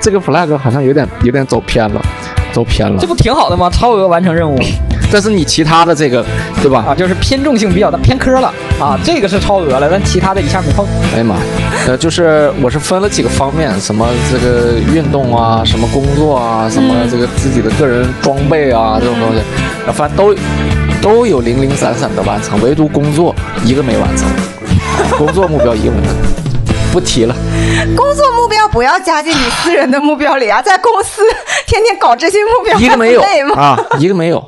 这个 flag 好像有点有点走偏了，走偏了这。不挺好的吗？超额完成任务但是你其他的这个，对吧啊，？就是偏重性比较大，偏科了啊，这个是超额了，但其他的一下没碰。哎呀妈，呀，呃，就是我是分了几个方面，什么这个运动啊，什么工作啊，什么这个自己的个人装备啊，嗯这种东西，然后反正都都有零零散散的完成，唯独工作一个没完 成，工作目标一个没完成，不提了。工作目标不要加进你私人的目标里啊，在公司天天搞这些目标，一个没有不 累吗？啊，一个没有。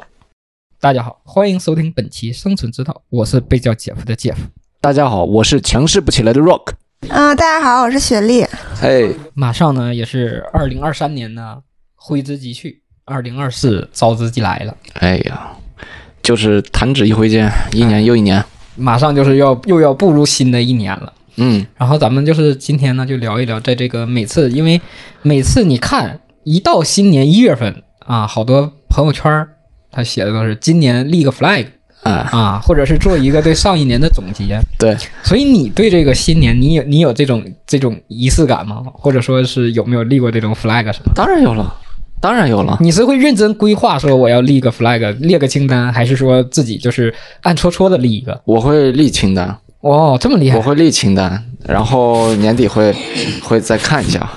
大家好，欢迎收听本期《生存之道》，我是被叫姐夫的姐夫。大家好，我是强势不起来的 Rock。嗯，大家好，我是雪莉。哎，马上呢，也是二零二三年呢，挥之即去，二零二四招之即来了，哎呀，就是弹指一挥间，一年又一年。马上就是要又要步入新的一年了。嗯，然后咱们就是今天呢，就聊一聊，在这个每次，因为每次你看一到新年一月份啊，好多朋友圈儿他写的都是今年立个 flag 啊，啊，或者是做一个对上一年的总结。对，所以你对这个新年，你有你有这种这种仪式感吗？或者说是有没有立过这种 flag 什么？当然有了，当然有了。你是会认真规划说我要立个 flag，列个清单，还是说自己就是暗戳戳的立一个？我会立清单，哦，这么厉害我！会立清单，然后年底会会再看一下，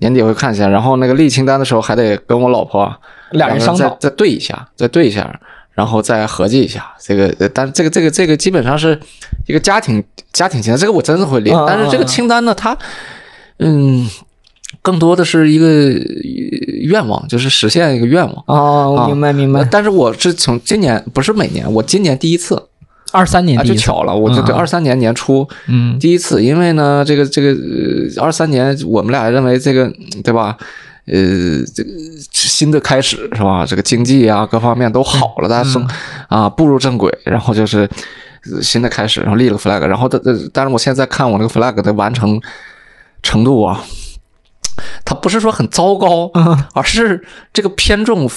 年底会看一下。然后那个立清单的时候，还得跟我老婆俩人商再讨，再对一下，再对一下，然后再合计一下。这个，呃但这个这个这个基本上是一个家庭家庭清单，这个我真的会列。嗯嗯但是这个嗯嗯清单呢，它嗯，更多的是一个呃愿望，就是实现一个愿望。哦，啊我明白明白。但是我是从今年不是每年，我今年第一次二三年啊，第就一次，巧了，我就对嗯二三年年初嗯第一次，因为呢，这个这个二三年我们俩认为这个嗯对吧？呃，这个新的开始是吧？这个经济啊，各方面都好嗯了，大家生啊步入正轨，然后就是呃新的开始，然后立了个 flag，然后但但是我现在看我那个 flag 的完成程度啊，它不是说很糟糕，嗯而是这个偏重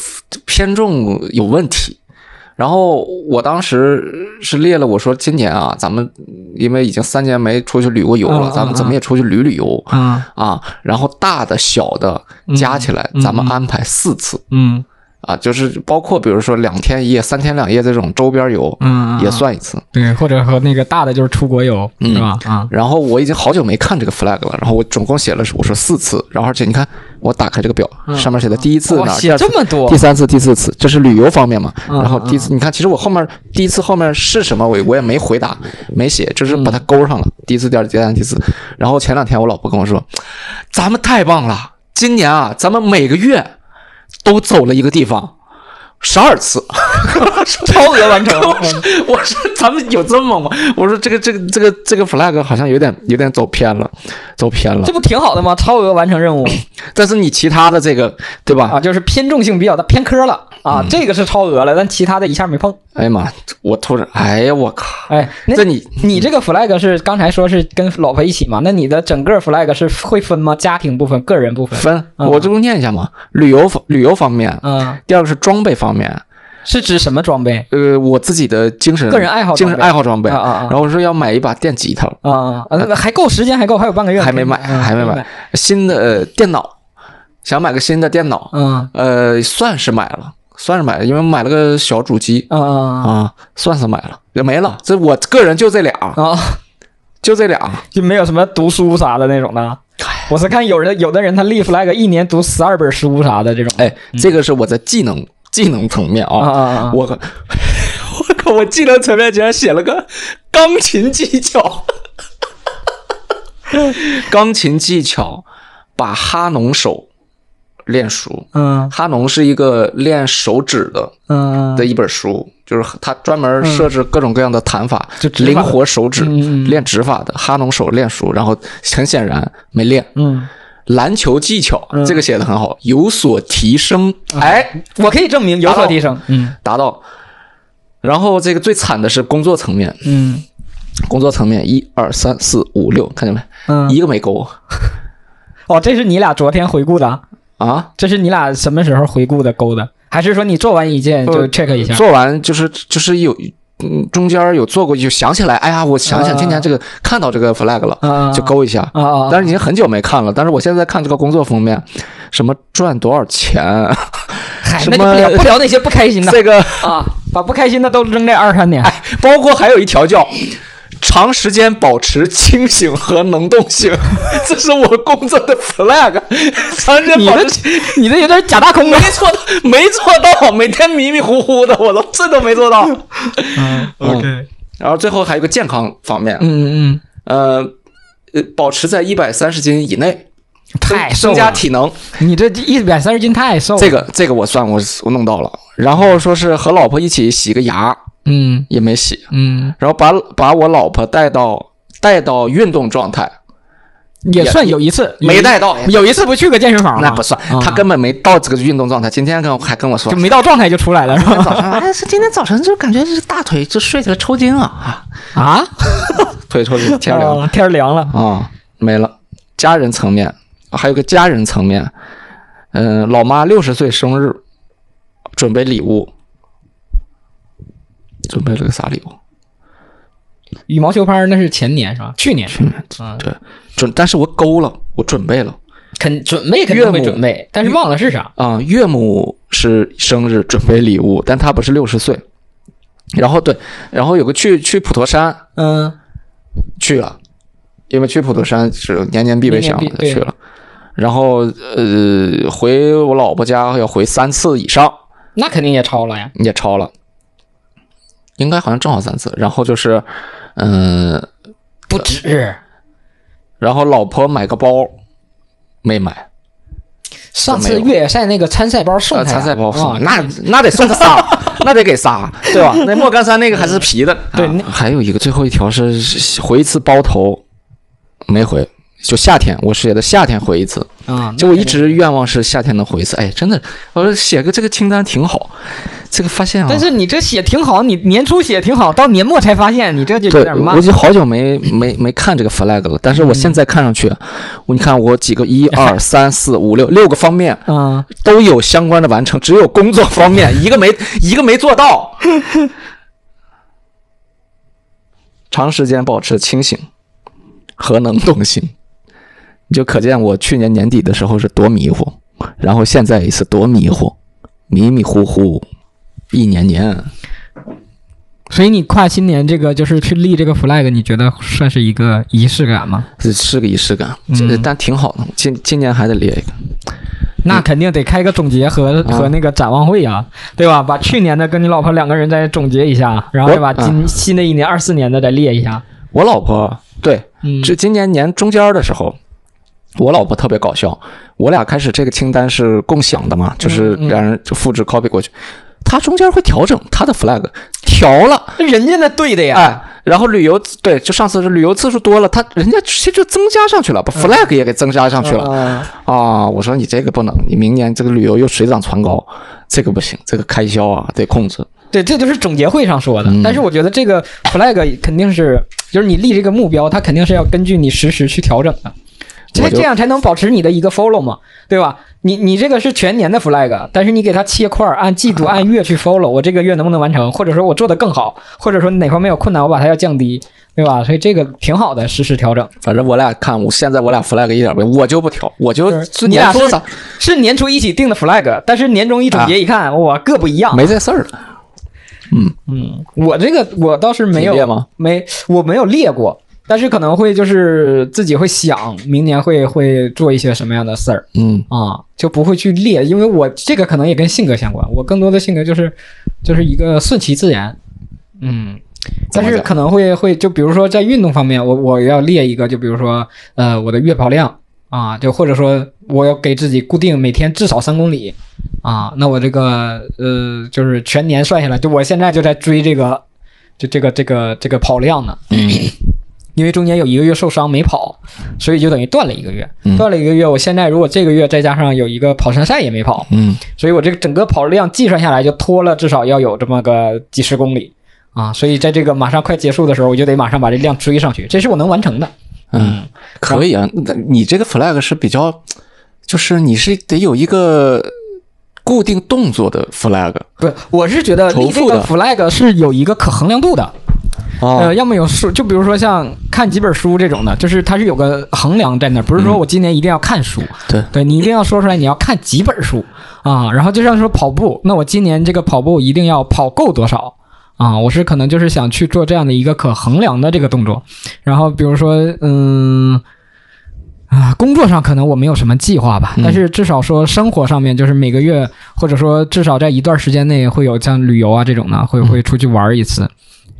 偏重有问题。然后我当时是列了，我说今年啊，咱们因为已经三年没出去旅过游了，嗯嗯咱们怎么也出去旅旅游啊啊。然后大的小的加起来，咱们安排四次、嗯啊，就是包括比如说两天一夜、三天两夜这种周边游、嗯，也算一次。对，或者和那个大的就是出国游嗯是吧？啊，然后我已经好久没看这个 flag 了，然后我总共写了我说四次，然后而且你看我打开这个表，嗯上面写的第一次哇哪儿，第写二次这么多第，三次、第四次，这是旅游方面嘛？嗯然后第一次，你看，其实我后面第一次后面是什么，我也我也没回答，没写，就是把它勾上了。第一次、第二次、第三次、第四。然后前两天我老婆跟我说，咱们太棒了，今年啊，咱们每个月都走了一个地方，十二 次。。超额完成我说， 我说咱们有这么吗？我说这个这个这个这个 flag 好像有点有点走偏了，走偏了这。不挺好的吗？超额完成任 务但是你其他的这个，对吧？啊，就是偏重性比较大，偏科了嗯啊，这个是超额了，但其他的一下没碰。哎呀妈，我突然，哎呀我靠！哎，那这你你这个 flag 是刚才说是跟老婆一起嘛？那你的整个 flag 是会分吗？家庭部分、个人部分？分，嗯我这不念一下嘛。旅游方旅游方面，嗯，第二个是装备方面，是指什么装备？呃，我自己的精神个人爱好装备嗯精神爱好装备，啊啊啊然后我说要买一把电吉他，啊啊，啊那还够时间，还够，还有半个月还没买，嗯还没买。新的呃电脑，想买个新的电脑，嗯呃，算是买了，算是买了，因为买了个小主机嗯嗯啊，算是买了，也没啊了。这我个人就这俩，嗯啊，就这俩，就没有什么读书啥的那种的。我是看有人有的人他立 flag 一年读十二本书啥的这种。哎，这个是我在技能技能层面啊啊，啊啊！ 我我我技能层面竟然写了个钢琴技 巧，钢琴技巧把哈农手练熟。嗯哈农是一个练手指的嗯的一本书，就是他专门设置各种各样的弹法，就指法灵活手指、嗯嗯嗯练指法的哈农手练熟，然后很显然没练。嗯，篮球技巧、这个写的很好，有所提升。哎，我可以证明嗯有所提啊升。嗯达到。然后这个最惨的是工作层面，嗯工作层面一二三四五六，看见没？嗯，一个没勾哦，这是你俩昨天回顾的啊，啊！这是你俩什么时候回顾的勾的？还是说你做完一件就呃 check 一下？做完就是就是有嗯中间有做过就想起来，哎呀，我想嗯想今年这个看到这个 flag 了，啊就勾一下。啊啊！但是已经很久没看了，但是我现在看这个工作封面，什么赚多少 钱，嗨，什那么就不聊不聊那些不开心的 这哎个啊，把不开心的都扔在二三年。包括还有一条叫长时间保持清醒和能动性， 这是我工作的 flag。长 时 间你保这持 你这有点假大空啊 没！做到，没做到，每天迷迷糊糊的，我都这都没做到。 嗯 OK，然后最后还有个健康方面，嗯嗯，呃，呃保持在一百三十斤以内，增太瘦增加了，体能， 你这一百三十斤太瘦了。这个这个我算我我弄到了。然后说是和老婆一起洗个牙嗯也没洗，嗯，然后把把我老婆带到带到运动状态，也算有一次没带到，有一次不去个健身房吗，那不算啊，他根本没到这个运动状态。今天跟我还跟我说就，没到状态就出来了，是吧？早上哎，是今天早晨就感觉是大腿就睡起来抽筋啊啊，啊，腿抽筋，天凉哦，天儿凉了。啊，没了。家人层面还有个家人层面，嗯、老妈六十岁生日，准备礼物，准备了个啥礼物？羽毛球拍儿那是前年是吧？去年是吧嗯，对，准，但是我勾了，我准备了肯准备肯岳定母会准备，但是忘了是啥。啊、岳母是生日准备礼物，但她不是六十岁。然后对，然后有个去去普陀山，嗯去了，因为去普陀山是年年必备项目，年年就必去了。然后呃，回我老婆家要回三次以上，那肯定也超了呀。也超了，应该好像正好三次。然后就是，嗯、不止，然后老婆买个包，没买，上没次有越野赛那个参赛包送呃，他呀参赛包送啊，那那得送他仨， 那得给仨，对吧？那莫干山那个还是皮的， 对啊那还有一个最后一条是是回一次包头，没回，就夏天，我写的夏天回一次。啊，就我一直愿望是夏天能回一次，哎，真的，我说写个这个清单挺好，这个发现啊，但是你这写挺好，你年初写挺好，到年末才发现你这就有对，点我慢已。经好久没没没看这个 flag 了，但是我现在看上去，我你看我几个一 二三四五六六个方面啊，都有相关的完成，只有工作方面一个没一个没做到，长时间保持清醒和能动性，你就可见我去年年底的时候是多迷糊，然后现在也是多迷糊，迷迷糊糊一年年。所以你跨新年这个就是去立这个 flag，你觉得算是一个仪式感吗？这是个仪式感，这嗯但挺好的。今今年还得列一个，那肯定得开个总结和啊和那个展望会啊，对吧？把去年的跟你老婆两个人再总结一下，然后我再把今新的一年二四年的再列一下。我老婆对，嗯，这今年年中间的时候，我老婆特别搞笑，我俩开始这个清单是共享的嘛，就是嗯两人就复制 copy 过去，她中间会调整她的 flag，调了，人家那对的呀，啊哎。然后旅游对，就上次是旅游次数多了，她人家其实就增加上去了，把 flag 也给增加上去了、嗯啊！我说你这个不能，你明年这个旅游又水涨船高，这个不行，这个开销啊得控制。对，这就是总结会上说的。嗯但是我觉得这个 flag 肯定是，就是你立这个目标，它肯定是要根据你实时去调整的。这我就这样才能保持你的一个 follow 嘛，对吧？你你这个是全年的 flag，但是你给它切块儿，按季度、按月去 follow，我这个月能不能完成，或者说我做得更好，或者说哪方面有困难，我把它要降低，对吧？所以这个挺好的，实时调整。反正我俩看，我现在我俩 flag 一点没，我就不调，我就就是你年俩初啊是啥是年初一起定的 flag，但是年终一总结一看，哇，各不一样。没这事儿了。嗯，我这个我倒是没有你列吗？没，我没有列过，但是可能会就是自己会想明年会会做一些什么样的事儿嗯，啊，就不会去列，因为我这个可能也跟性格相关，我更多的性格就是就是一个顺其自然，嗯，怎但么是讲可能会会就比如说在运动方面，我我要列一个，就比如说呃我的月跑量啊，就或者说我要给自己固定每天至少三公里啊，那我这个呃就是全年算下来，就我现在就在追这个就这个这个这个跑量呢。嗯因为中间有一个月受伤没跑，所以就等于断了一个月。嗯断了一个月，我现在如果这个月再加上有一个跑山赛也没跑，嗯，所以我这个整个跑量计算下来就拖了至少要有这么个几十公里啊，所以在这个马上快结束的时候，我就得马上把这量追上去，这是我能完成的。嗯，可以啊。那你这个 flag 是比较，就是你是得有一个固定动作的 flag 不是，我是觉得立这重复个的 flag 是有一个可衡量度的，呃，哦，要么有书，就比如说像看几本书这种的，就是它是有个衡量在那儿，不是说我今年一定要看书，对对你一定要说出来你要看几本书啊，然后就像说跑步，那我今年这个跑步一定要跑够多少啊？我是可能就是想去做这样的一个可衡量的这个动作，然后比如说嗯。啊，工作上可能我没有什么计划吧，嗯但是至少说生活上面，就是每个月或者说至少在一段时间内会有像旅游啊这种的，会会出去玩一次，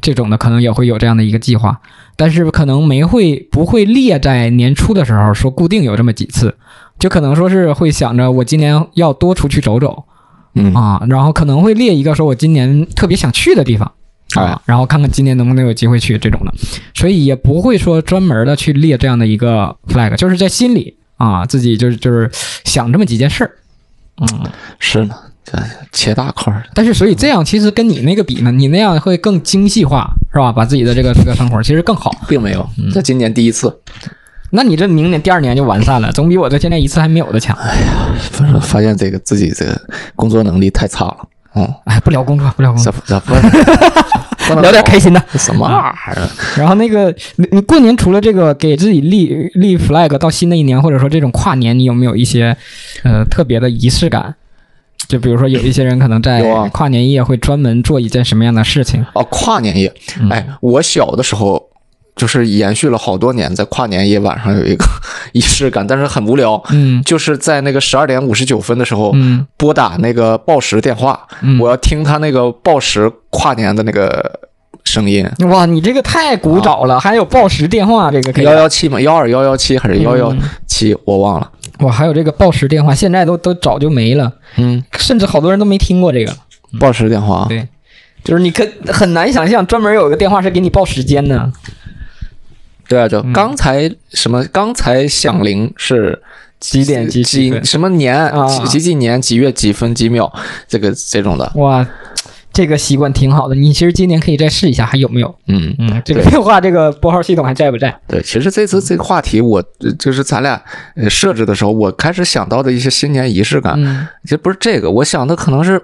这种的可能也会有这样的一个计划，但是可能没会不会列在年初的时候说固定有这么几次，就可能说是会想着我今年要多出去走走嗯，啊，然后可能会列一个说我今年特别想去的地方哎啊，然后看看今年能不能有机会去这种的，所以也不会说专门的去列这样的一个 flag，就是在心里啊自己就是就是想这么几件事儿，嗯，是呢，这切大块儿的，但是所以这样其实跟你那个比呢，你那样会更精细化是吧？把自己的这个这个生活其实更好。并没有。这今年第一次，那你这明年第二年就完善了，总比我这现在一次还没有的强。反正发现这个自己这个工作能力太差了。嗯，哎，不聊工作，不聊工咋 作，咋不不能聊点开心的。这什么玩啊意儿？然后那个，你你过年除了这个给自己立立 flag，到新的一年或者说这种跨年，你有没有一些呃特别的仪式感？就比如说有一些人可能在有啊跨年夜会专门做一件什么样的事情？哦，跨年夜，嗯哎，我小的时候就是延续了好多年，在跨年夜晚上有一个 仪式感，但是很无聊。嗯就是在那个十二点五十九分的时候，嗯拨打那个报时电话，嗯我要听他那个报时跨年的那个声音，哇，你这个太古早了，还有报时电话这个可以啊幺。幺七嘛，幺二幺幺七还是幺幺嗯七，我忘了。哇，还有这个报时电话，现在都都早就没了，嗯，甚至好多人都没听过这个。报时电话啊，嗯对，就是你可很难想象，专门有一个电话是给你报时间的。对啊，嗯就刚才什么，刚才响铃是。几点几几几分什么年啊几几几年几月几分几秒，这个这种的，哇，这个习惯挺好的，你其实今年可以再试一下，还有没有？嗯，嗯，这个对电话这个拨号系统还在不在？对，其实这次这个话题我，呃就是咱俩呃设置的时候，我开始想到的一些新年仪式感，嗯其实不是这个，我想的可能是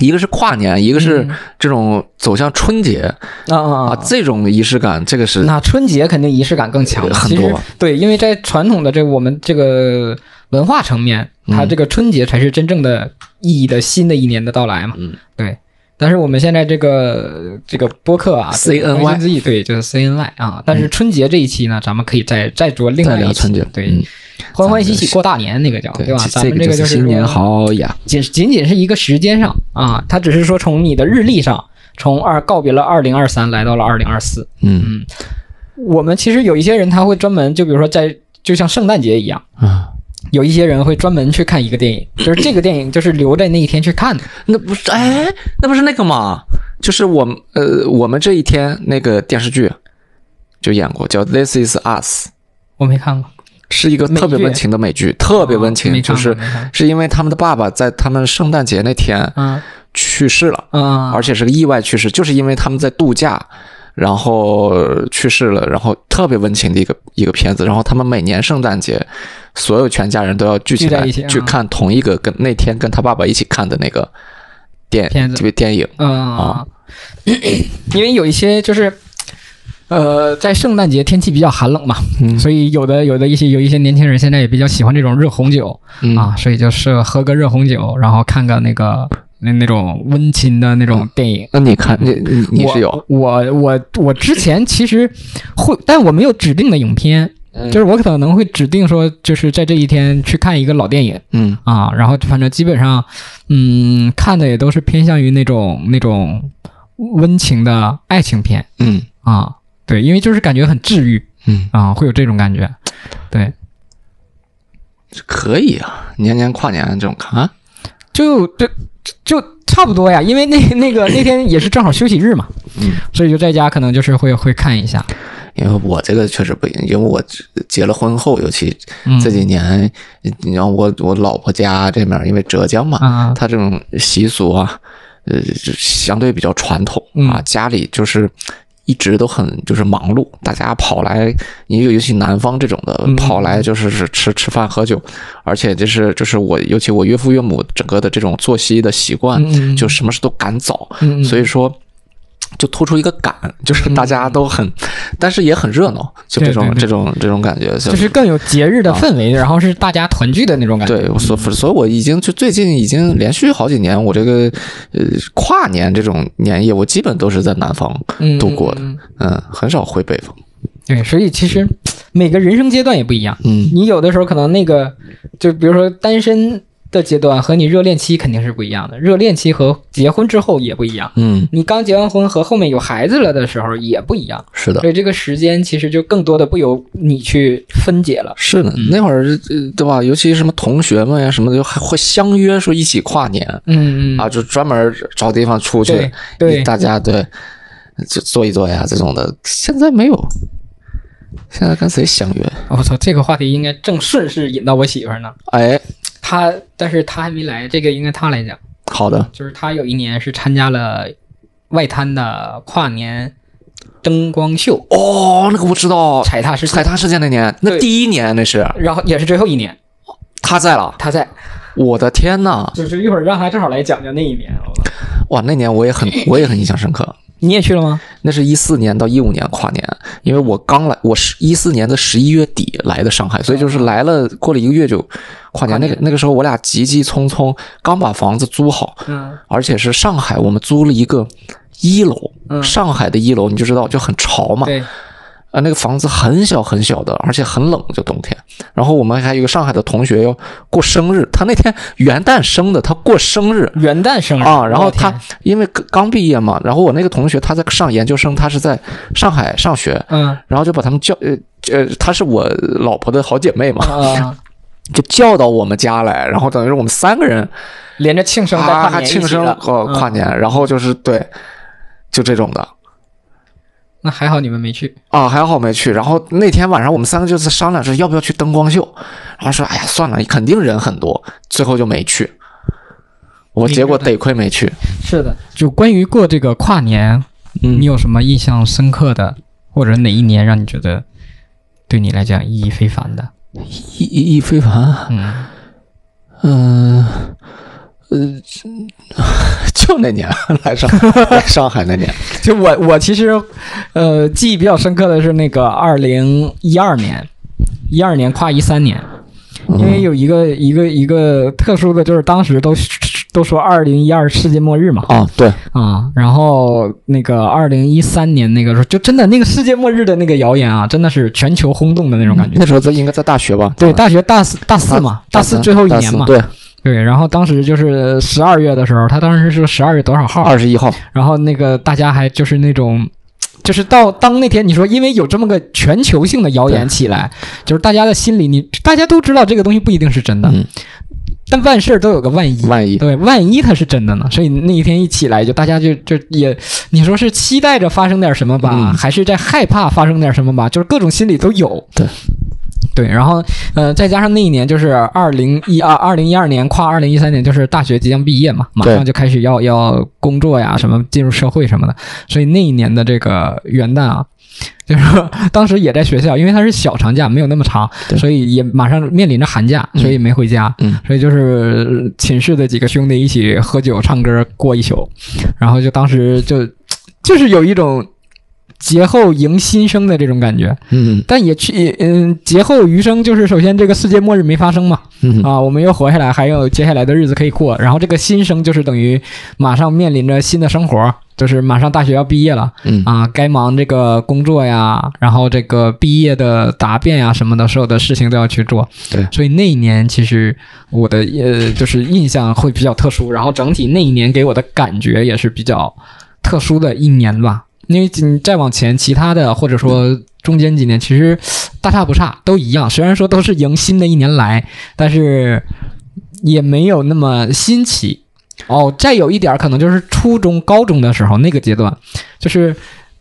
一个是跨年，一个是这种走向春节、啊啊啊，啊！这种仪式感，这个是那春节肯定仪式感更强呃嗯很其实多对，因为在传统的这我们这个文化层面，嗯它这个春节才是真正的意义的新的一年的到来嘛。嗯，对。但是我们现在这个这个播客啊 CNY 对对，就是 CNY 啊。但是春节这一期呢，咱们可以再再做另嗯再外一聊期春节，对，嗯欢欢喜喜过大年那个叫对吧？这咱们这个就是新年说好呀，仅仅仅是一个时间上啊，它只是说从你的日历上，从二告别了二零二三，来到了二零二四。嗯我们其实有一些人他会专门，就比如说在就像圣诞节一样，啊，有一些人会专门去看一个电影，就是这个电影就是留在那一天去看的。那不是哎，那不是那个嘛，就是我们呃，我们这一天那个电视剧就演过，叫《This Is Us》。我没看过，是一个特美别剧温情的美剧，特别温哦情，没看就过是没看过是因为他们的爸爸在他们圣诞节那天啊去世了，啊，而且是个意外去世，就是因为他们在度假，然后呃去世了，然后特别温情的一个一个片子。然后他们每年圣诞节，所有全家人都要聚起聚在来一起啊去看同一个跟那天跟他爸爸一起看的那个电片子这个电影。啊，因为有一些就是，呃，在圣诞节天气比较寒冷嘛，嗯所以有的有的一些有一些年轻人现在也比较喜欢这种热红酒、嗯啊，所以就是喝个热红酒，然后看个那个那那种温情的那种电影。那你看，你你你是有，我我我我之前其实会，但我没有指定的影片，嗯就是我可能会指定说，就是在这一天去看一个老电影，嗯啊，然后反正基本上，嗯，看的也都是偏向于那种那种温情的爱情片嗯啊，对，因为就是感觉很治愈嗯，啊，会有这种感觉。对，可以啊，年年跨年这种看啊，就这就差不多呀，因为那那个那天也是正好休息日嘛，嗯，所以就在家可能就是会会看一下。因为我这个确实不行，因为我结了婚后，尤其嗯这几年，你让我我老婆家这面，因为浙江嘛，啊，她这种习俗啊，呃，就相对比较传统嗯啊，家里就是。一直都很就是忙碌，大家跑来，一个尤其南方这种的嗯跑来就是是吃吃饭喝酒，而且就是就是我尤其我岳父岳母整个的这种作息的习惯，嗯嗯就什么事都赶早，嗯嗯所以说就突出一个赶， 就是大家都很，但是也很热闹，就这种嗯对对对这种这种感觉，就就是更有节日的氛围，然后是大家团聚的那种感觉。对，所所以我已经就最近已经连续好几年，我这个呃跨年这种年夜，我基本都是在南方嗯度过的，嗯嗯很少回北方。对，所以其实每个人生阶段也不一样。嗯你有的时候可能那个，就比如说单身的阶段和你热恋期肯定是不一样的，热恋期和结婚之后也不一样。嗯，你刚结完婚和后面有孩子了的时候也不一样，是的所，以这个时间其实就更多的不由你去分解了。是的，那会儿呃对吧？尤其什么同学们呀什么的，就还会相约说一起跨年。嗯啊，，就专门找地方出去，对对大家对，就坐一坐呀这种的，现在没有，现在跟谁相约？哦我操，这个话题应该正顺势引到我媳妇儿呢。哎，她，但是她还没来，这个应该她来讲。好的，就是她有一年是参加了外滩的跨年灯光秀，哦，那个我知道，踩踏事踩件，踏事件那年，那对第一年那是然后也是最后一年，他在了，她在，我的天呐，就是一会儿让她正好来讲讲那一年。我哇，那年我也很我也很印象深刻，你也去了吗？那是一四年到一五年跨年，因为我刚来，我是一四年的十一月底来的哦上海，所以就是来了过了一个月就跨年，那个那个时候我俩急急匆匆刚把房子租好，嗯而且是上海，我们租了一个一楼，嗯上海的一楼你就知道就很潮嘛，对，啊，那个房子很小很小的，而且很冷，就冬天。然后我们还有一个上海的同学要过生日，他那天元旦生的，他过生日。元旦生日啊，然后我的他天因为刚刚毕业嘛，然后我那个同学他在上研究生，他是在上海上学，嗯然后就把他们叫呃呃，她是我老婆的好姐妹嘛，啊，就叫到我们家来，然后等于是我们三个人连着庆生带啊，跨还年一起庆生了和嗯跨年，然后就是对，就这种的那还好你们没去。啊，还好没去。然后那天晚上我们三个就是商量说要不要去灯光秀，然后说哎呀算了，肯定人很多，最后就没去。我明白结果得亏没去，是的，就关于过这个跨年，嗯你有什么印象深刻的，或者哪一年让你觉得对你来讲意义非凡的？意意义非凡。嗯，嗯、呃， 就那年来 上来上海那年，就我我其实，呃，记忆比较深刻的是那个二零一二年，一二年跨一三年，嗯因为有一个一个一个特殊的，就是当时都都说二零一二世界末日嘛，啊，对，啊，然后那个二零一三年那个时候，就真的那个世界末日的那个谣言啊，真的是全球轰动的那种感觉。那时候在应该在大学吧？对，大学大四大四嘛，大四最后一嗯大年四嘛，对，对。然后当时就是十二月的时候，他当时是十二月多少号？啊二十一号，然后那个大家还就是那种，就是到当那天你说，因为有这么个全球性的谣言起来，就是大家的心里，你大家都知道这个东西不一定是真的，嗯但万事都有个万一。万一对，万一它是真的呢？所以那一天一起来，就大家就就也，你说是期待着发生点什么吧，嗯还是在害怕发生点什么吧？就是各种心理都有。对，对，然后呃，再加上那一年就是二零一二、二零一二年跨二零一三年，就是大学即将毕业嘛，马对上就开始要要工作呀，什么进入社会什么的，所以那一年的这个元旦啊。就是说当时也在学校，因为它是小长假，没有那么长，对所以也马上面临着寒假，嗯所以没回家。嗯所以就是寝室的几个兄弟一起喝酒、唱歌过一宿，然后就当时就就是有一种劫后迎新生的这种感觉。嗯但也去，嗯，劫后余生就是首先这个世界末日没发生嘛，嗯啊，我们又活下来，还有接下来的日子可以过。然后这个新生就是等于马上面临着新的生活，就是马上大学要毕业了嗯啊，该忙这个工作呀，然后这个毕业的答辩呀什么的，所有的事情都要去做。对所以那一年其实我的呃就是印象会比较特殊，然后整体那一年给我的感觉也是比较特殊的一年吧，因为你再往前，其他的或者说中间几年，其实大差不差，都一样。虽然说都是迎新的一年来，但是也没有那么新奇。哦，再有一点儿可能就是初中、高中的时候那个阶段，就是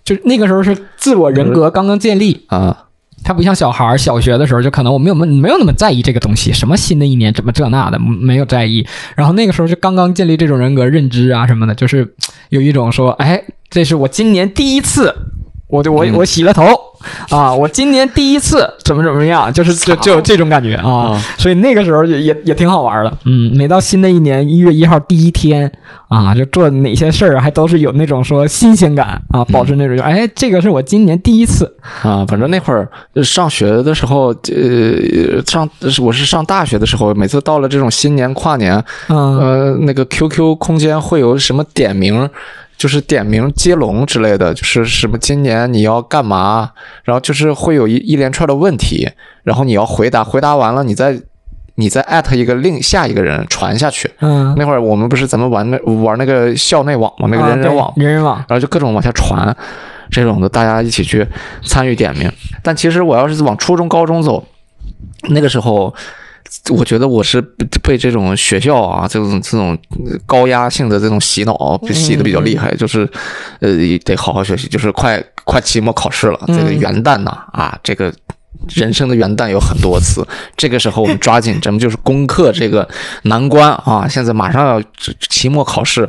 就那个时候是自我人格刚刚建立，嗯啊，他不像小孩儿，小学的时候就可能我没有没没有那么在意这个东西，什么新的一年怎么这那的没有在意。然后那个时候就刚刚建立这种人格认知啊什么的，就是嘖有一种说，哎，这是我今年第一次，我就我嗯我洗了头啊，我今年第一次怎么怎么样，就是就就有这种感觉啊啊。所以那个时候也也也挺好玩的，嗯，每到新的一年一月一号第一天啊，就做哪些事儿还都是有那种说新鲜感啊，保嗯持那种、哎，这个是我今年第一次。啊，反正那会儿呃上学的时候，呃，上我是上大学的时候，每次到了这种新年跨年，嗯，呃，那个 QQ 空间会有什么点名，就是点名接龙之类的，就是什么今年你要干嘛，然后就是会有一一连串的问题，然后你要回答，回答完了你再你再艾特一个另下一个人传下去。嗯，那会儿我们不是咱们玩那玩那个校内网嘛，那个啊人人对网，人人网，然后就各种往下传，这种的大家一起去参与点名。但其实我要是往初中、高中走，那个时候。我觉得我是被被这种学校啊，这种这种高压性的这种洗脑洗的比较厉害，就是，呃，得好好学习，就是快快期末考试了，这个嗯元旦呐、啊，这个人生的元旦有很多次，这个时候我们抓紧，咱们就是攻克这个难关啊！现在马上要期末考试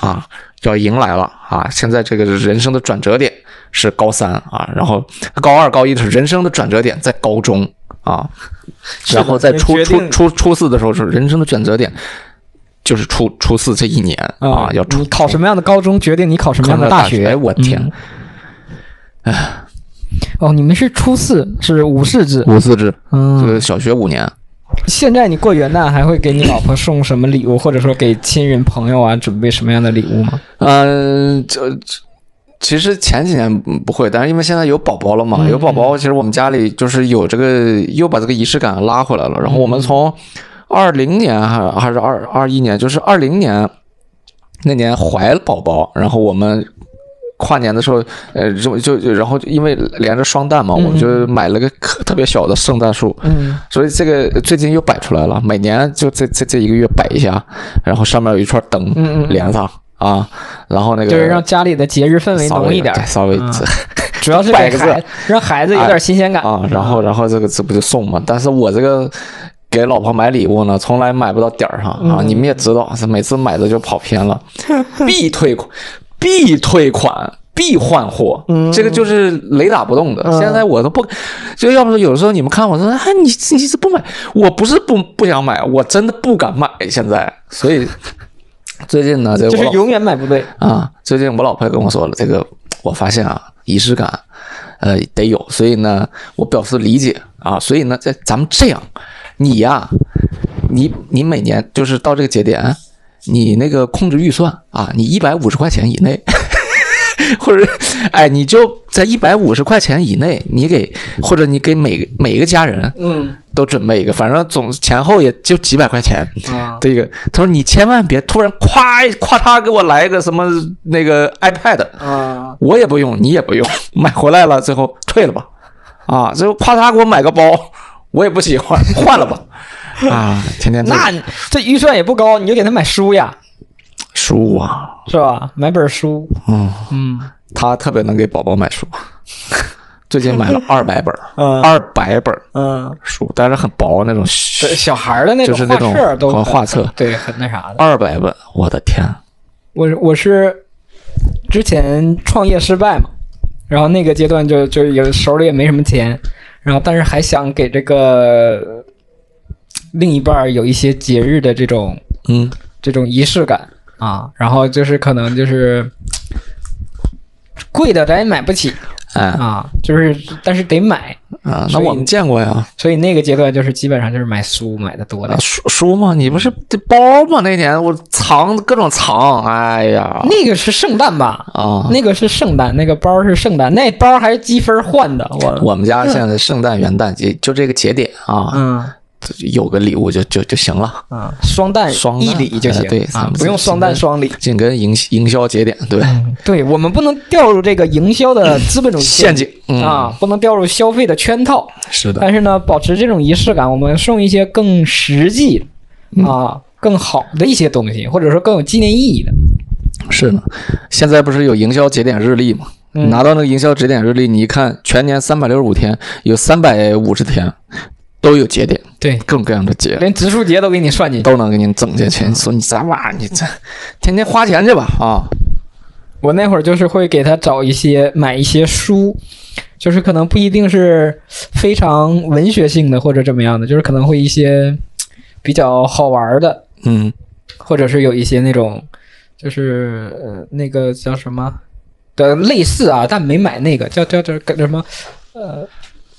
啊，要迎来了啊！现在这个人生的转折点是高三啊，然后高二、高一的是人生的转折点在高中啊，是的然后在也初决初定初初四的时候是人生的转折点，就是初初四这一年啊，要出你考什么样的高中，决定你考什么样的考什么样的大学。学哎我天嗯嗯！哦，你们是初四，是五四制。五四制，这嗯个，小学五年。现在你过元旦还会给你老婆送什么礼物，或者说给亲人朋友啊准备什么样的礼物吗？嗯，这这其实前几年不不会，但是因为现在有宝宝了嘛，有宝宝，其实我们家里就是有这个，又把这个仪式感拉回来了。然后我们从二零年还还是二二一年，就是二零年那年怀了宝宝，然后我们。跨年的时候，呃，就就就然后因为连着双旦嘛，我们就买了个可特别小的圣诞树，嗯，所以这个呃最近又摆出来了，每年就这这这一个月摆一下，然后上面有一串灯嗯嗯嗯连上啊，然后那个就是让家里的节日氛围稍浓微一点儿对， 稍微嗯主要是摆给个字孩让孩子有点新鲜感啊，然后然后这个这不就送嘛？但是我这个给老婆买礼物呢，从来买不到点儿上嗯啊，你们也知道，是每次买的就跑偏了，必退款，必退款。必换货，嗯这个就是雷打不动的。现在我都不，就要不是有时候你们看我说，哎，你你是不买？我不是不不想买，我真的不敢买。现在，所以最近呢，这就我是老永远买不对。啊，最近我老婆也跟我说了，这个我发现啊，仪式感，呃，得有，所以呢，我表示理解啊，所以呢，这咱们这样，你呀、你你每年就是到这个节点，你那个控制预算啊，你一百五十块钱以内。或者，哎，你就在一百五十块钱以内，你给或者你给每个每个家人，嗯都准备一个，反正总前后也就几百块钱啊的一个。他说你千万别突然夸夸嚓给我来一个什么那个 iPad，啊，我也不用，你也不用，买回来了最后退了吧，啊，最后夸嚓给我买个包，我也不喜欢，换了吧， 啊，天天这那你这预算也不高，你就给他买书呀，书啊，是吧？买本书。嗯嗯，他特别能给宝宝买书， 最 近买了二百本儿，嗯二百本儿嗯，书，但是很薄那种，对，小孩儿的那就是种那画种册都画很画册对，很那啥的。二百本，我的天，我是我是之前创业失败嘛，然后那个阶段就就也手里也没什么钱，然后但是还想给这个另一半儿有一些节日的这种嗯这种仪式感啊，然后就是可能就是。贵的咱也买不起哎啊，就是但是得买，啊，那所以我们见过呀。所以那个阶段就是基本上就是买书买的多的啊，书书吗？你不是这包吗？那年我藏各种藏，哎呀，那个是圣诞吧？啊，那个是圣诞，那个包是圣诞，那包还是积分换的。我我们家现在圣诞、元旦节就这个节点啊，嗯有个礼物就就就行了。啊，双旦双旦一理就行，哎对咱啊们，不用双旦双嗯理。紧跟营营销节点，对，对我们不能掉入这个营销的 资本主义陷阱嗯啊，不能掉入消费的圈套。是的，但是呢，保持这种仪式感，我们送一些更实际嗯啊、更好的一些东西，或者说更有纪念意义的。是的。现在不是有营销节点日历吗？嗯拿到那个营销节点日历，你一看，全年三百六十五天，有三百五十天都有节点，对，各种各样的节连植树节都给你算进去。都能给你整进嗯去。你说你咋玩意儿？你这天天花钱去吧啊！我那会儿就是会给他找一些买一些书，就是可能不一定是非常文学性的或者怎么样的，就是可能会一些比较好玩儿的，嗯，或者是有一些那种就是呃那个叫什么的类似啊，但没买那个叫叫叫叫什么呃，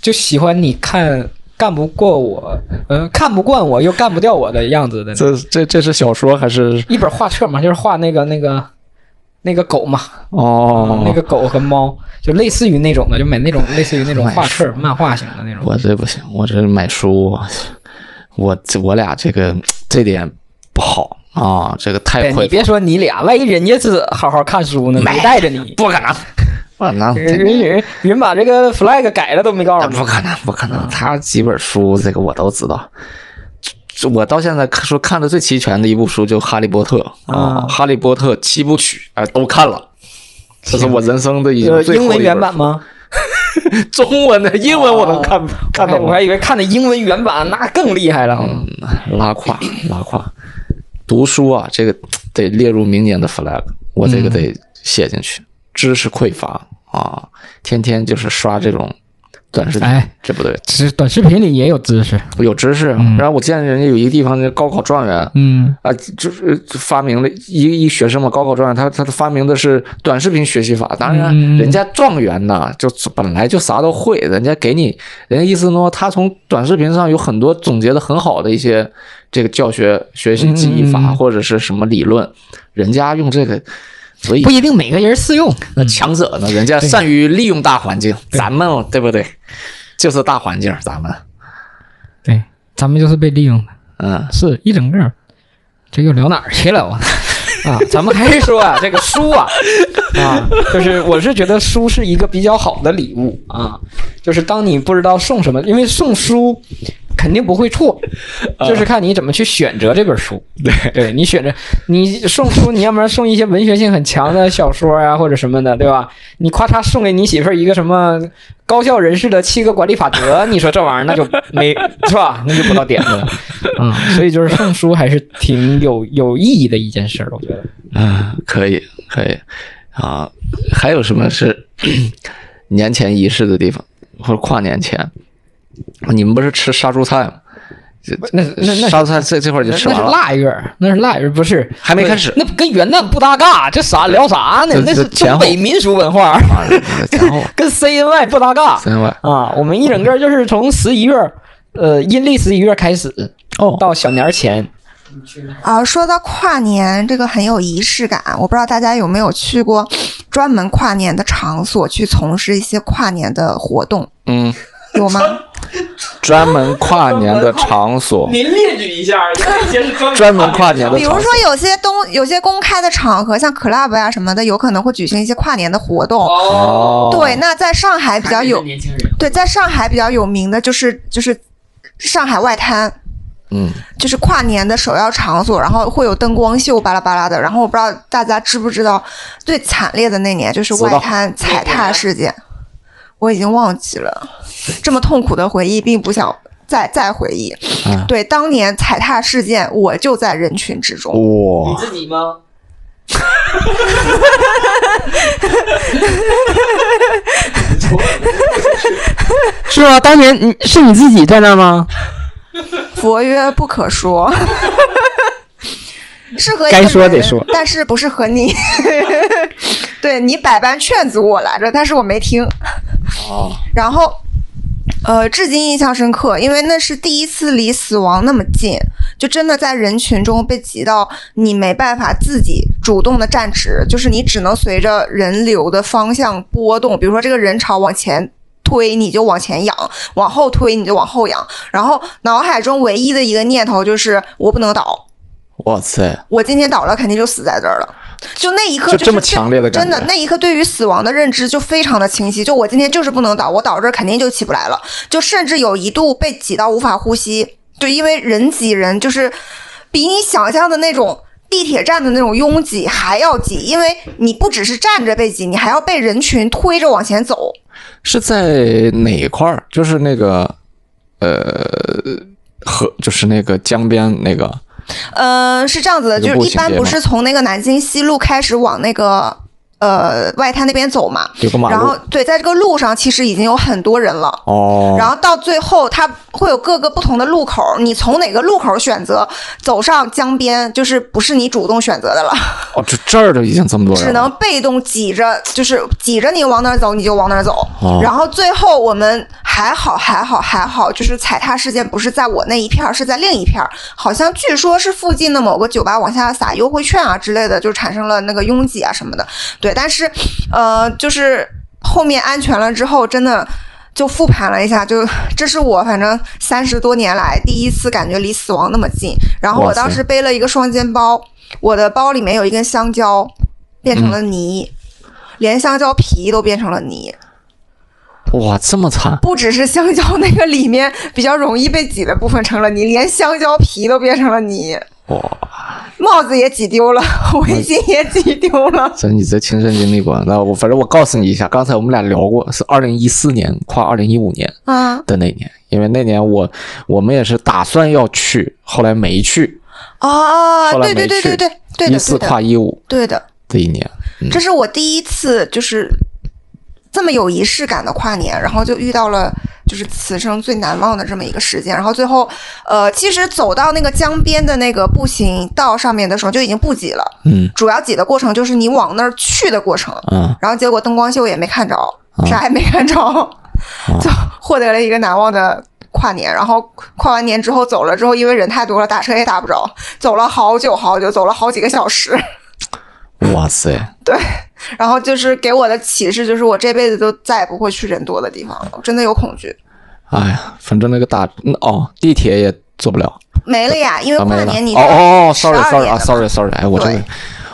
就喜欢你看干不过我，嗯、看不惯我又干不掉我的样子的那种，这这这是小说还是一本画册嘛，就是画那个那个那个狗嘛，哦？那个狗和猫，就类似于那种的，就买那种类似于那种画册、漫画型的那种。我这不行，我这买书，我这我俩这个这点不好啊，这个太对会哎你别说你俩，万一人家是好好看书呢，没带着 你，不可能，不可能，人人人把这个 flag 改了都没告诉你不。可能，不可能。他几本书这个我都知道，这我到现在看说看的最齐全的一部书就《哈利波特》啊，啊《哈利波特》七部曲哎都看了。这是我人生的已经呃，最英后文的一本原版吗？书， 中文的英文我能看看嗯懂哎我了，还以为看的英文原版那更厉害了。拉胯拉胯。读书啊，这个得列入明年的 flag，我这个嗯得写进去。知识匮乏啊，天天就是刷这种短视频，哎这不对。其实短视频里也有知识，有知识啊。然后我见人家有一个地方，那高考状元，嗯，啊，就是就发明了一一学生嘛，高考状元，他他发明的是短视频学习法。当然，嗯人家状元呐，就本来就啥都会，人家给你，人家意思呢，他从短视频上有很多总结的很好的一些这个教学学习记忆嗯嗯法嗯或者是什么理论，人家用这个，所以不一定每个人适用。那强者呢，人家善于利用大环境，咱们对不对？就是大环境，咱们对，咱们就是被利用的。嗯。是一整个儿，这又聊哪儿去了？我 啊，咱们还是说 啊，这个书啊，啊，就是我是觉得书是一个比较好的礼物啊，就是当你不知道送什么，因为送书肯定不会错，就是看你怎么去选择这本书。啊对，对你选择你送书，你要不然送一些文学性很强的小说啊，或者什么的，对吧？你咔嚓送给你媳妇儿一个什么高效人士的七个管理法 则，你说这玩意儿那就没是吧？ 那就不到点子了。嗯，所以就是送书还是挺 有有意义的一件事儿，我觉得。啊，可以，可以啊。还有什么是 年前仪式的地方，或者跨年前？你们不是吃杀猪菜吗？那那那杀猪菜这这会儿就那吃是完了，腊月儿，那是腊月儿，不是还没开始那跟元旦不搭嘎，这啥聊啥呢这？那这是前东后北民俗文化，啊，然后 跟 CNY 不搭嘎三万啊。我们一整个就是从十一月儿，呃，阴历十一月开始哦，到小年儿前，啊，说到跨年，这个很有仪式感。我不知道大家有没有去过专门跨年的场所去从事一些跨年的活动，嗯，有吗？专门跨年的场所，您列举一下，哪些是专专门跨年的比如场说所，有些东有些公开的场合，像 club 呀、什么的，有可能会举行一些跨年的活动。哦对，那在上海比较有年轻人对，在上海比较有名的就是就是上海外滩。嗯，就是跨年的首要场所，然后会有灯光秀巴拉巴拉的。然后我不知道大家知不知道，最惨烈的那年就是知道外滩踩踏事件，我已经忘记了。这么痛苦的回忆，并不想再再回忆。嗯对，当年踩踏事件，我就在人群之中。哇、自己吗？是吗？当年你是你自己在那儿吗？佛曰不可说， 是和一个该说人得说，但是不是和你？ 对你百般劝阻我来着，但是我没听。哦，然后，呃，至今印象深刻，因为那是第一次离死亡那么近，就真的在人群中被挤到，你没办法自己主动的站直，就是你只能随着人流的方向波动，比如说这个人潮往前。推你就往前仰，往后推你就往后仰，然后脑海中唯一的一个念头就是我不能倒，哇塞，我今天倒了肯定就死在这儿了。就那一刻就是这么强烈的感真觉的那一刻对于死亡的认知就非常的清晰。就我今天就是不能倒，我倒这儿肯定就起不来了。就甚至有一度被挤到无法呼吸，就因为人挤人，就是比你想象的那种。地铁站的那种拥挤还要挤，因为你不只是站着被挤，你还要被人群推着往前走。是在哪一块儿？就是那个呃河，就是那个江边那个。呃，是这样子的，这就个是步一行般街不吗是从那个南京西路开始往那个呃外滩那边走嘛，有个马路然后对，在这个路上其实已经有很多人了。哦，然后到最后，它会有各个不同的路口，你从哪个路口选择走上江边，就是不是你主动选择的了，哦，就这儿就已经这么多人只了，能被动挤着，就是挤着你往哪儿走你就往哪儿走。哦然后最后我们还好还好还好，就是踩踏事件不是在我那一片儿，是在另一片儿，好像据说是附近的某个酒吧往下撒优惠券啊之类的，就产生了那个拥挤啊什么的。对，但是呃，就是后面安全了之后，真的。就复盘了一下，就这是我反正三十多年来第一次感觉离死亡那么近。然后哇我塞当时背了一个双肩包，我的包里面有一根香蕉，变成嗯了泥，连香蕉皮都变成了泥。哇，这么惨，不只是香蕉 那个里面比较容易被挤的部分成了泥，连香蕉皮都变成了泥。哇，嗯帽子也挤丢了，围巾也挤丢了。这你这亲身经历过。那我反正我告诉你一下，刚才我们俩聊过，是二零一四年跨二零一五年啊的那年，因为那年我我们也是打算要去，后来没去，啊！后来对没对对对去对对一的四对跨的一五对的，的一年，这是我第一次就是这么有仪式感的跨年，然后就遇到了就是此生最难忘的这么一个事件。然后最后，呃，其实走到那个江边的那个步行道上面的时候就已经不挤了，嗯主要挤的过程就是你往那儿去的过程。啊，然后结果灯光秀也没看着，啥也没看着， 就获得了一个难忘的跨年。然后跨完年之后走了之后，因为人太多了，打车也打不着，走了好久好久，走了好几个小时。哇塞，然后就是给我的启示就是，我这辈子都再也不会去人多的地方了，我真的有恐惧。哎呀，反正那个打嗯哦，地铁也坐不了，没了呀，因为啊没跨了年你，哦哦哦12 ，sorry sorry 年啊了，sorry sorry，哎，我这个对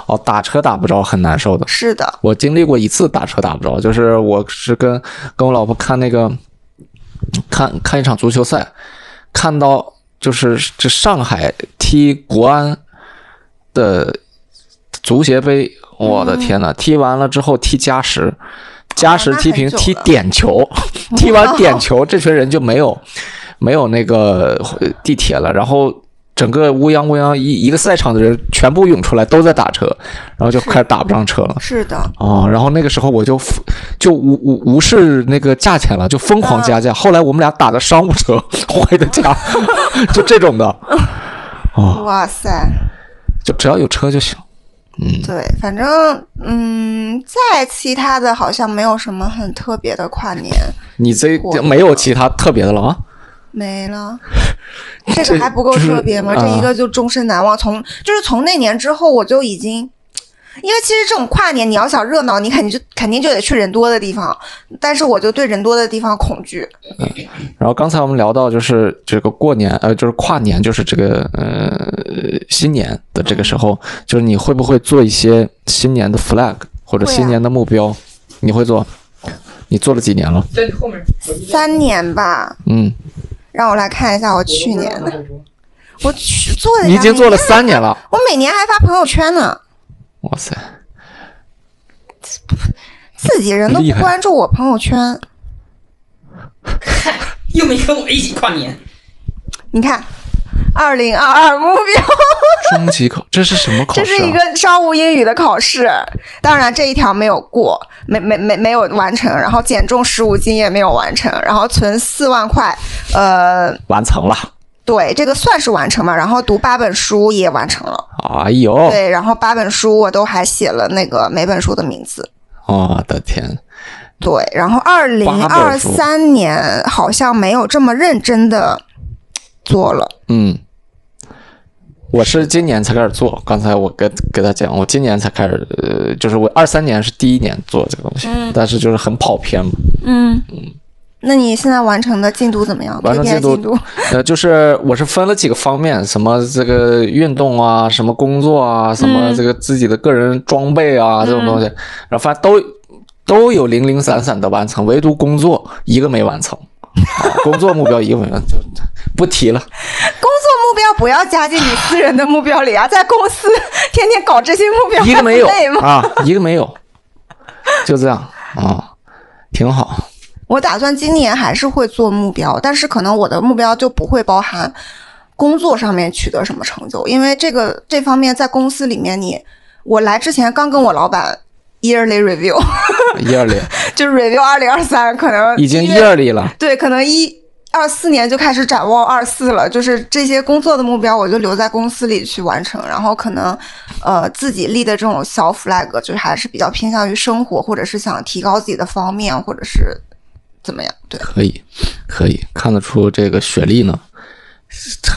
哦打车打不着，很难受的。是的，我经历过一次打车打不着，就是我是跟跟我老婆看那个看看一场足球赛，看到就是这上海踢国安的足协杯，我的天呐，踢完了之后踢加时。加时嗯哦那踢平，很久踢了点球，踢完点球，这群人就没有没有那个呃地铁了。然后整个乌泱乌泱一一个赛场的人全部涌出来，都在打车，然后就开始打不上车了。是的，哦，然后那个时候我就就无无无视那个价钱了，就疯狂加嗯价。后来我们俩打的商务车回的 家，就这种的，哇塞，就只要有车就行。嗯对，反正嗯，在其他的好像没有什么很特别的跨年你这我没有其他特别的了啊？没了。这个还不够就是特别吗？这啊一个就终身难忘。从就是从那年之后，我就已经，因为其实这种跨年，你要想热闹，你肯定就肯定就得去人多的地方。但是我就对人多的地方恐惧。然后刚才我们聊到就是这个过年，呃，就是跨年，就是这个呃新年的这个时候，就是你会不会做一些新年的 flag 或者会啊新年的目标？你会做？你做了几年了？在你后面三年吧，嗯，让我来看一下我去年的，我去做的呀，你已经做了每三年了。我每年还发朋友圈呢，哇塞！自己人都厉不害关注我朋友圈。又没跟我一起跨年，你看，二零二二目标。啊中级考，这是什么考这试、啊？是一个商务英语的考试，当然这一条没有过，没没没没有完成，然后减重十五斤也没有完成，然后存四万块，呃，完成了。对，这个算是完成吧，然后读八本书也完成了，哎呦，对，然后八本书我都还写了那个每本书的名字。哦我的天，对，然后二零八二本书三年好像没有这么认真的做了，嗯，我是今年才开始做。刚才我跟给他讲，我今年才开始，呃，就是我二三年是第一年做这个东西，但是就是很跑偏嘛。嗯，那你现在完成的进度怎么样？完成 KPI 进进度呃，就是我是分了几个方面，什么这个运动啊，什么工作啊，什么这个自己的个人装备啊，这种东西，然后发现都都有零零散散的完成，唯独工作一个没完成。啊、工作目标一个没完成，就不提了。工作目标不要加进你私人的目标里啊，在公司天天搞这些目 标，一个没有不累吗？啊，一个没有，就这样啊，挺好。我打算今年还是会做目标，但是可能我的目标就不会包含工作上面取得什么成就，因为这个这方面在公司里面你，我来之前刚跟我老板 yearly review，一二零就是 review 二零二三，可能已经因一为二零了，对，可能一二四年就开始展望二四了，就是这些工作的目标，我就留在公司里去完成。然后可能，呃，自己立的这种小 flag，就是还是比较偏向于生活，或者是想提高自己的方面，或者是怎么样？对，可以，可以看得出这个雪莉呢，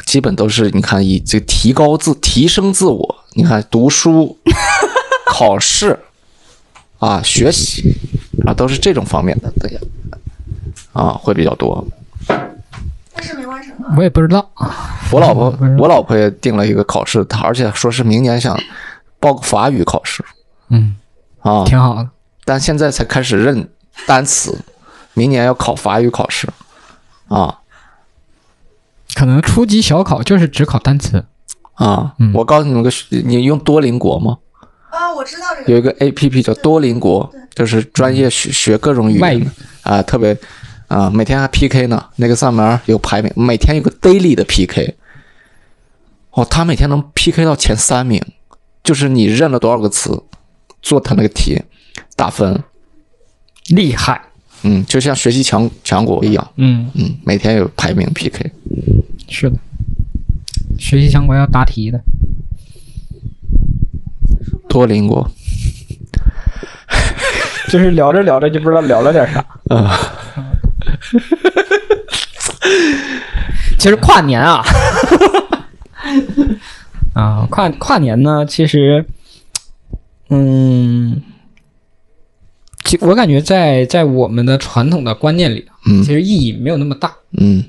基本都是你看以这个提高自提升自我，你看读书、 考试啊、学习啊，都是这种方面的，对呀，啊会比较多。但是没完成。我也不知道，我老婆，我老婆也定了一个考试，她而且说是明年想报个法语考试嗯，啊，挺好的。但现在才开始认单词，明年要考法语考试啊。可能初级小考就是只考单词，啊，嗯我告诉你们个虚，你用多邻国吗？啊，我知道这有一个 A P P 叫多邻国，就是专业学学各种语言外语的啊，特别啊，每天还 P K 呢。那个上面有排名，每天有个 daily 的 P K。哦，他每天能 P K 到前三名，就是你认了多少个词，做他那个题打分，厉害。嗯，就像学习强强国一样，嗯，嗯，每天有排名 P K。是的，学习相关要答题的。多邻国，就是聊着聊着就不知道聊了点啥。啊，其实跨年啊， 啊，跨跨年呢，其实，嗯，其我感觉在在我们的传统的观念里，啊嗯其实意义没有那么大，嗯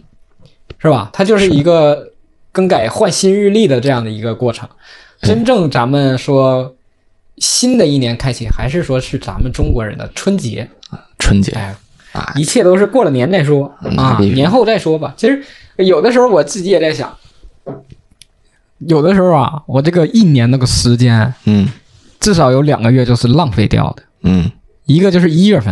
是吧？它就是一个更改换新日历的这样的一个过程。嗯真正咱们说新的一年开启，还是说是咱们中国人的春节，春节哎，啊，一切都是过了年再说嗯啊，必须年后再说吧。其实有的时候我自己也在想，有的时候啊，我这个一年那个时间，嗯至少有两个月就是浪费掉的，嗯一个就是一月份，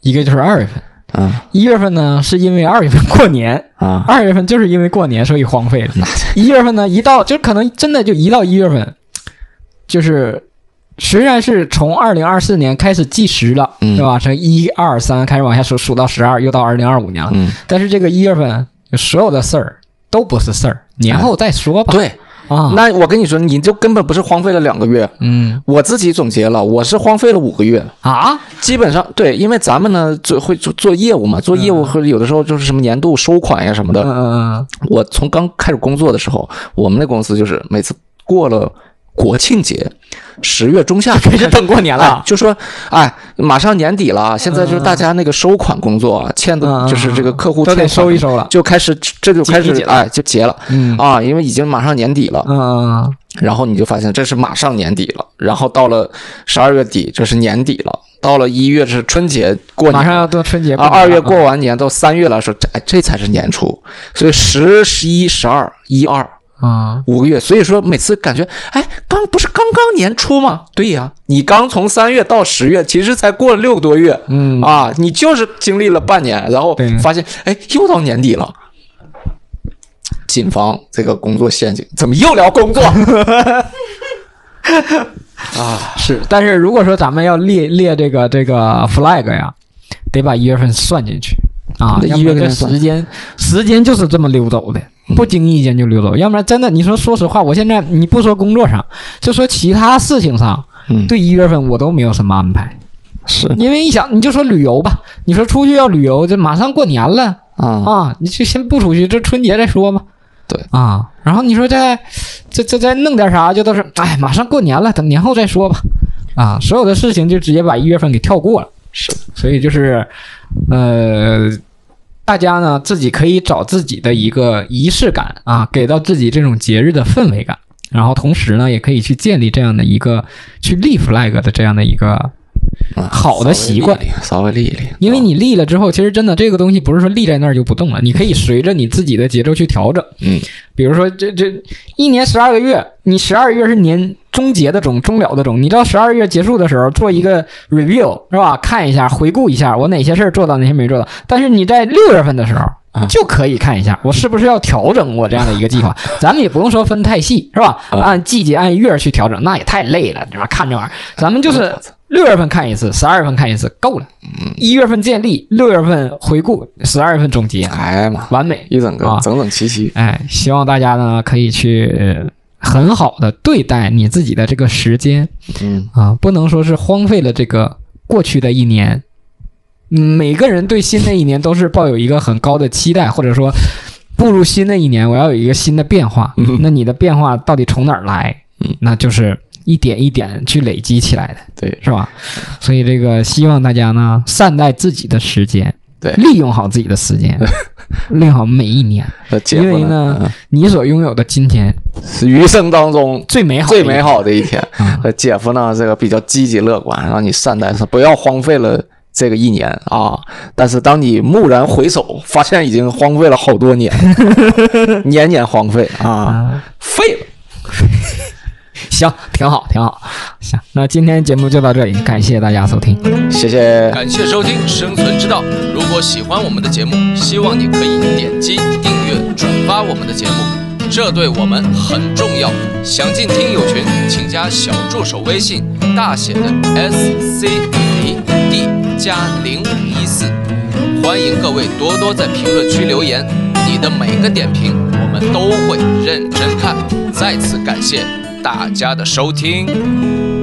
一个就是二月份。啊一月份呢，是因为二月份过年，啊，二月份就是因为过年，所以荒废了。一月份呢，一到就可能真的就一到一月份，就是虽然是从二零二四年开始计时了，嗯对吧？从一二三开始往下数，数到十二，又到二零二五年了。嗯。但是这个一月份就所有的事儿都不是事儿，年后再说吧。对，啊，那我跟你说，你就根本不是荒废了两个月。嗯我自己总结了，我是荒废了五个月，啊，基本上对，因为咱们呢做会做做业务嘛，做业务和有的时候就是什么年度收款呀什么嗯的。嗯我从刚开始工作的时候，我们那公司就是每次过了国庆节，十月中下 旬嗯，就等过年哎了，就说哎，马上年底了，现在就是大家那个收款工作啊，欠的嗯就是这个客户都得欠款收一，收了。就开始这就开始结一结了哎就结了嗯啊，因为已经马上年底了。嗯然后你就发现这是马上年底了，然后到了十二月底这是年底了，到了一月是春节过嗯，马年上要到春节啊，二月过完年到三月来说，这哎这才是年初，所以十、十一、十二、一二啊，五个月，所以说每次感觉哎刚不是刚刚年初吗？对呀，你刚从三月到十月，其实才过了六个多月嗯啊，你就是经历了半年，然后对发现哎又到年底了。谨防这个工作陷阱，怎么又聊 工作？是。但是如果说咱们要列列这个这个 flag 呀，得把一月份算进去啊，对要一不月然份嗯再算时间时间就是这么溜走的。不经意间就溜走，要不然真的，你说说实话，我现在你不说工作上，就说其他事情上，嗯，对一月份我都没有什么安排。是因为一想，你就说旅游吧，你说出去要旅游，这马上过年了啊，啊，你就先不出去，这春节再说吧。对啊，然后你说再这这再弄点啥，就都是哎，马上过年了，等年后再说吧。啊，所有的事情就直接把一月份给跳过了。是，所以就是，呃，大家呢自己可以找自己的一个仪式感啊，给到自己这种节日的氛围感，然后同时呢也可以去建立这样的一个去立 flag 的这样的一个啊好的习惯，稍微立一立稍微立一立，因为你立了之后，其实真的这个东西不是说立在那儿就不动了，你可以随着你自己的节奏去调整。嗯，比如说这这一年十二个月，你十二月是年终结的种，终了的种，你到十二月结束的时候做一个 review 是吧？看一下，回顾一下我哪些事儿做到，哪些没做到。但是你在六月份的时候。啊就可以看一下我是不是要调整我这样的一个计 划，咱们也不用说分太细，是吧？啊按季节、按月儿去调整，那也太累了，对吧？看这玩意儿，咱们就是六月份看一次，十二月份看一次，够了。一月份建立，六月份回顾，十二月份总结，哎嘛，完美。一整个啊整整齐齐，哎，希望大家呢可以去呃很好的对待你自己的这个时间嗯，啊，不能说是荒废了这个过去的一年。嗯每个人对新的一年都是抱有一个很高的期待，或者说步入新的一年，我要有一个新的变化。那你的变化到底从哪儿来？那就是一点一点去累积起来的。对，是吧？所以这个希望大家呢善待自己的时间，对利用好自己的时 间，利用好每一年，呃，结因为婚呢，嗯你所拥有的今天是余生当中最美好的一最天，美好的一天 嗯。呃，姐夫呢，这个比较积极乐观，让你善待，不要荒废了这个一年啊。但是当你蓦然回首，发现已经荒废了好 多年，年年荒废啊，啊！废了。行，挺好，挺好。行，那今天节目就到这里，感谢大家收听。谢谢。感谢收听《生存之道》。如果喜欢我们的节目，希望你可以点击订阅、转发我们的节目，这对我们很重要。想进听友群，请加小助手微信，大写的 S C 零 D 加零五一四。欢迎各位多多在评论区留言，你的每个点评我们都会认真看。再次感谢大家的收听。